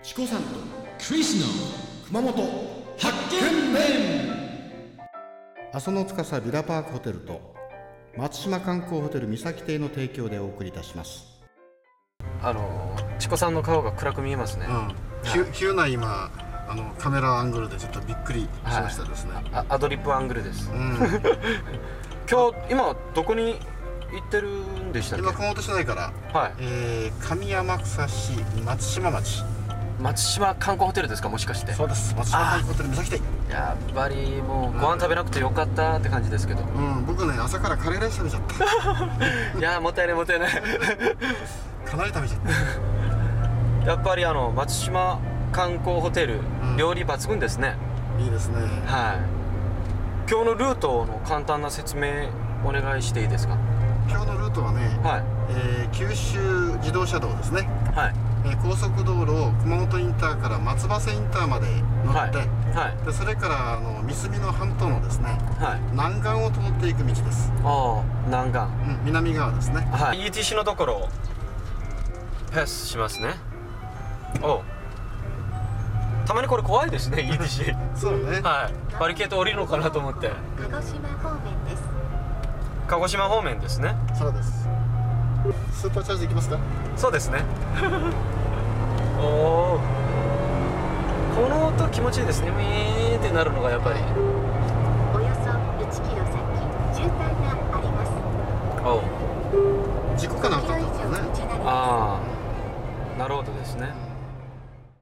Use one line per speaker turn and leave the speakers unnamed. チコさんとクリスの熊本発見面
阿蘇の司ビラパークホテルと松島観光ホテル三崎邸の提供でお送りいたします
あのチコさんの顔が暗く見えますね、
うん、急急な今あのカメラアングルでちょっとびっくりしましたですね、
あアドリップアングルです
うん、
今日今どこに行ってるんでしたっけ
今熊本市内から、
は
えー、上天草市松島町
い松島観光ホテルですかもしかして
そうです松島観光ホテル目指して
やっぱりもうご飯食べなくてよかったって感じですけど
うん僕ね朝からカレーライス食べちゃっ
いやーもったいないもったいない
たかなり食べちゃった
やっぱりあの松島観光ホテル、
ん
料理抜群ですね
いいですね
はい今日のルートの簡単な説明お願いしていいですか
今日のルートはね、
はい
えー九州自動車道ですね、
はい
えー高速道路を熊本インターから松葉瀬インターまで乗
はい
って、
はい
でそれからあの三隅の半島のですね
はい
南岸を通っていく道です、
ああ南岸
うん、南側ですね
はい ETC のところをパスしますねおうたまにこれ怖いですね ETC
そうね、
はいバリケート降りるのかなと思って
鹿児島方面です
鹿児島方面ですね
そうですスーパーチャージいきますか
そうですね おおこの音気持ちいいですねウィーンってなるのがやっぱり
およそ1キロ先渋滞があります
おう
事故かな
5
か
キ
った
ロ以
んだね
上道なります
ああなるほどですね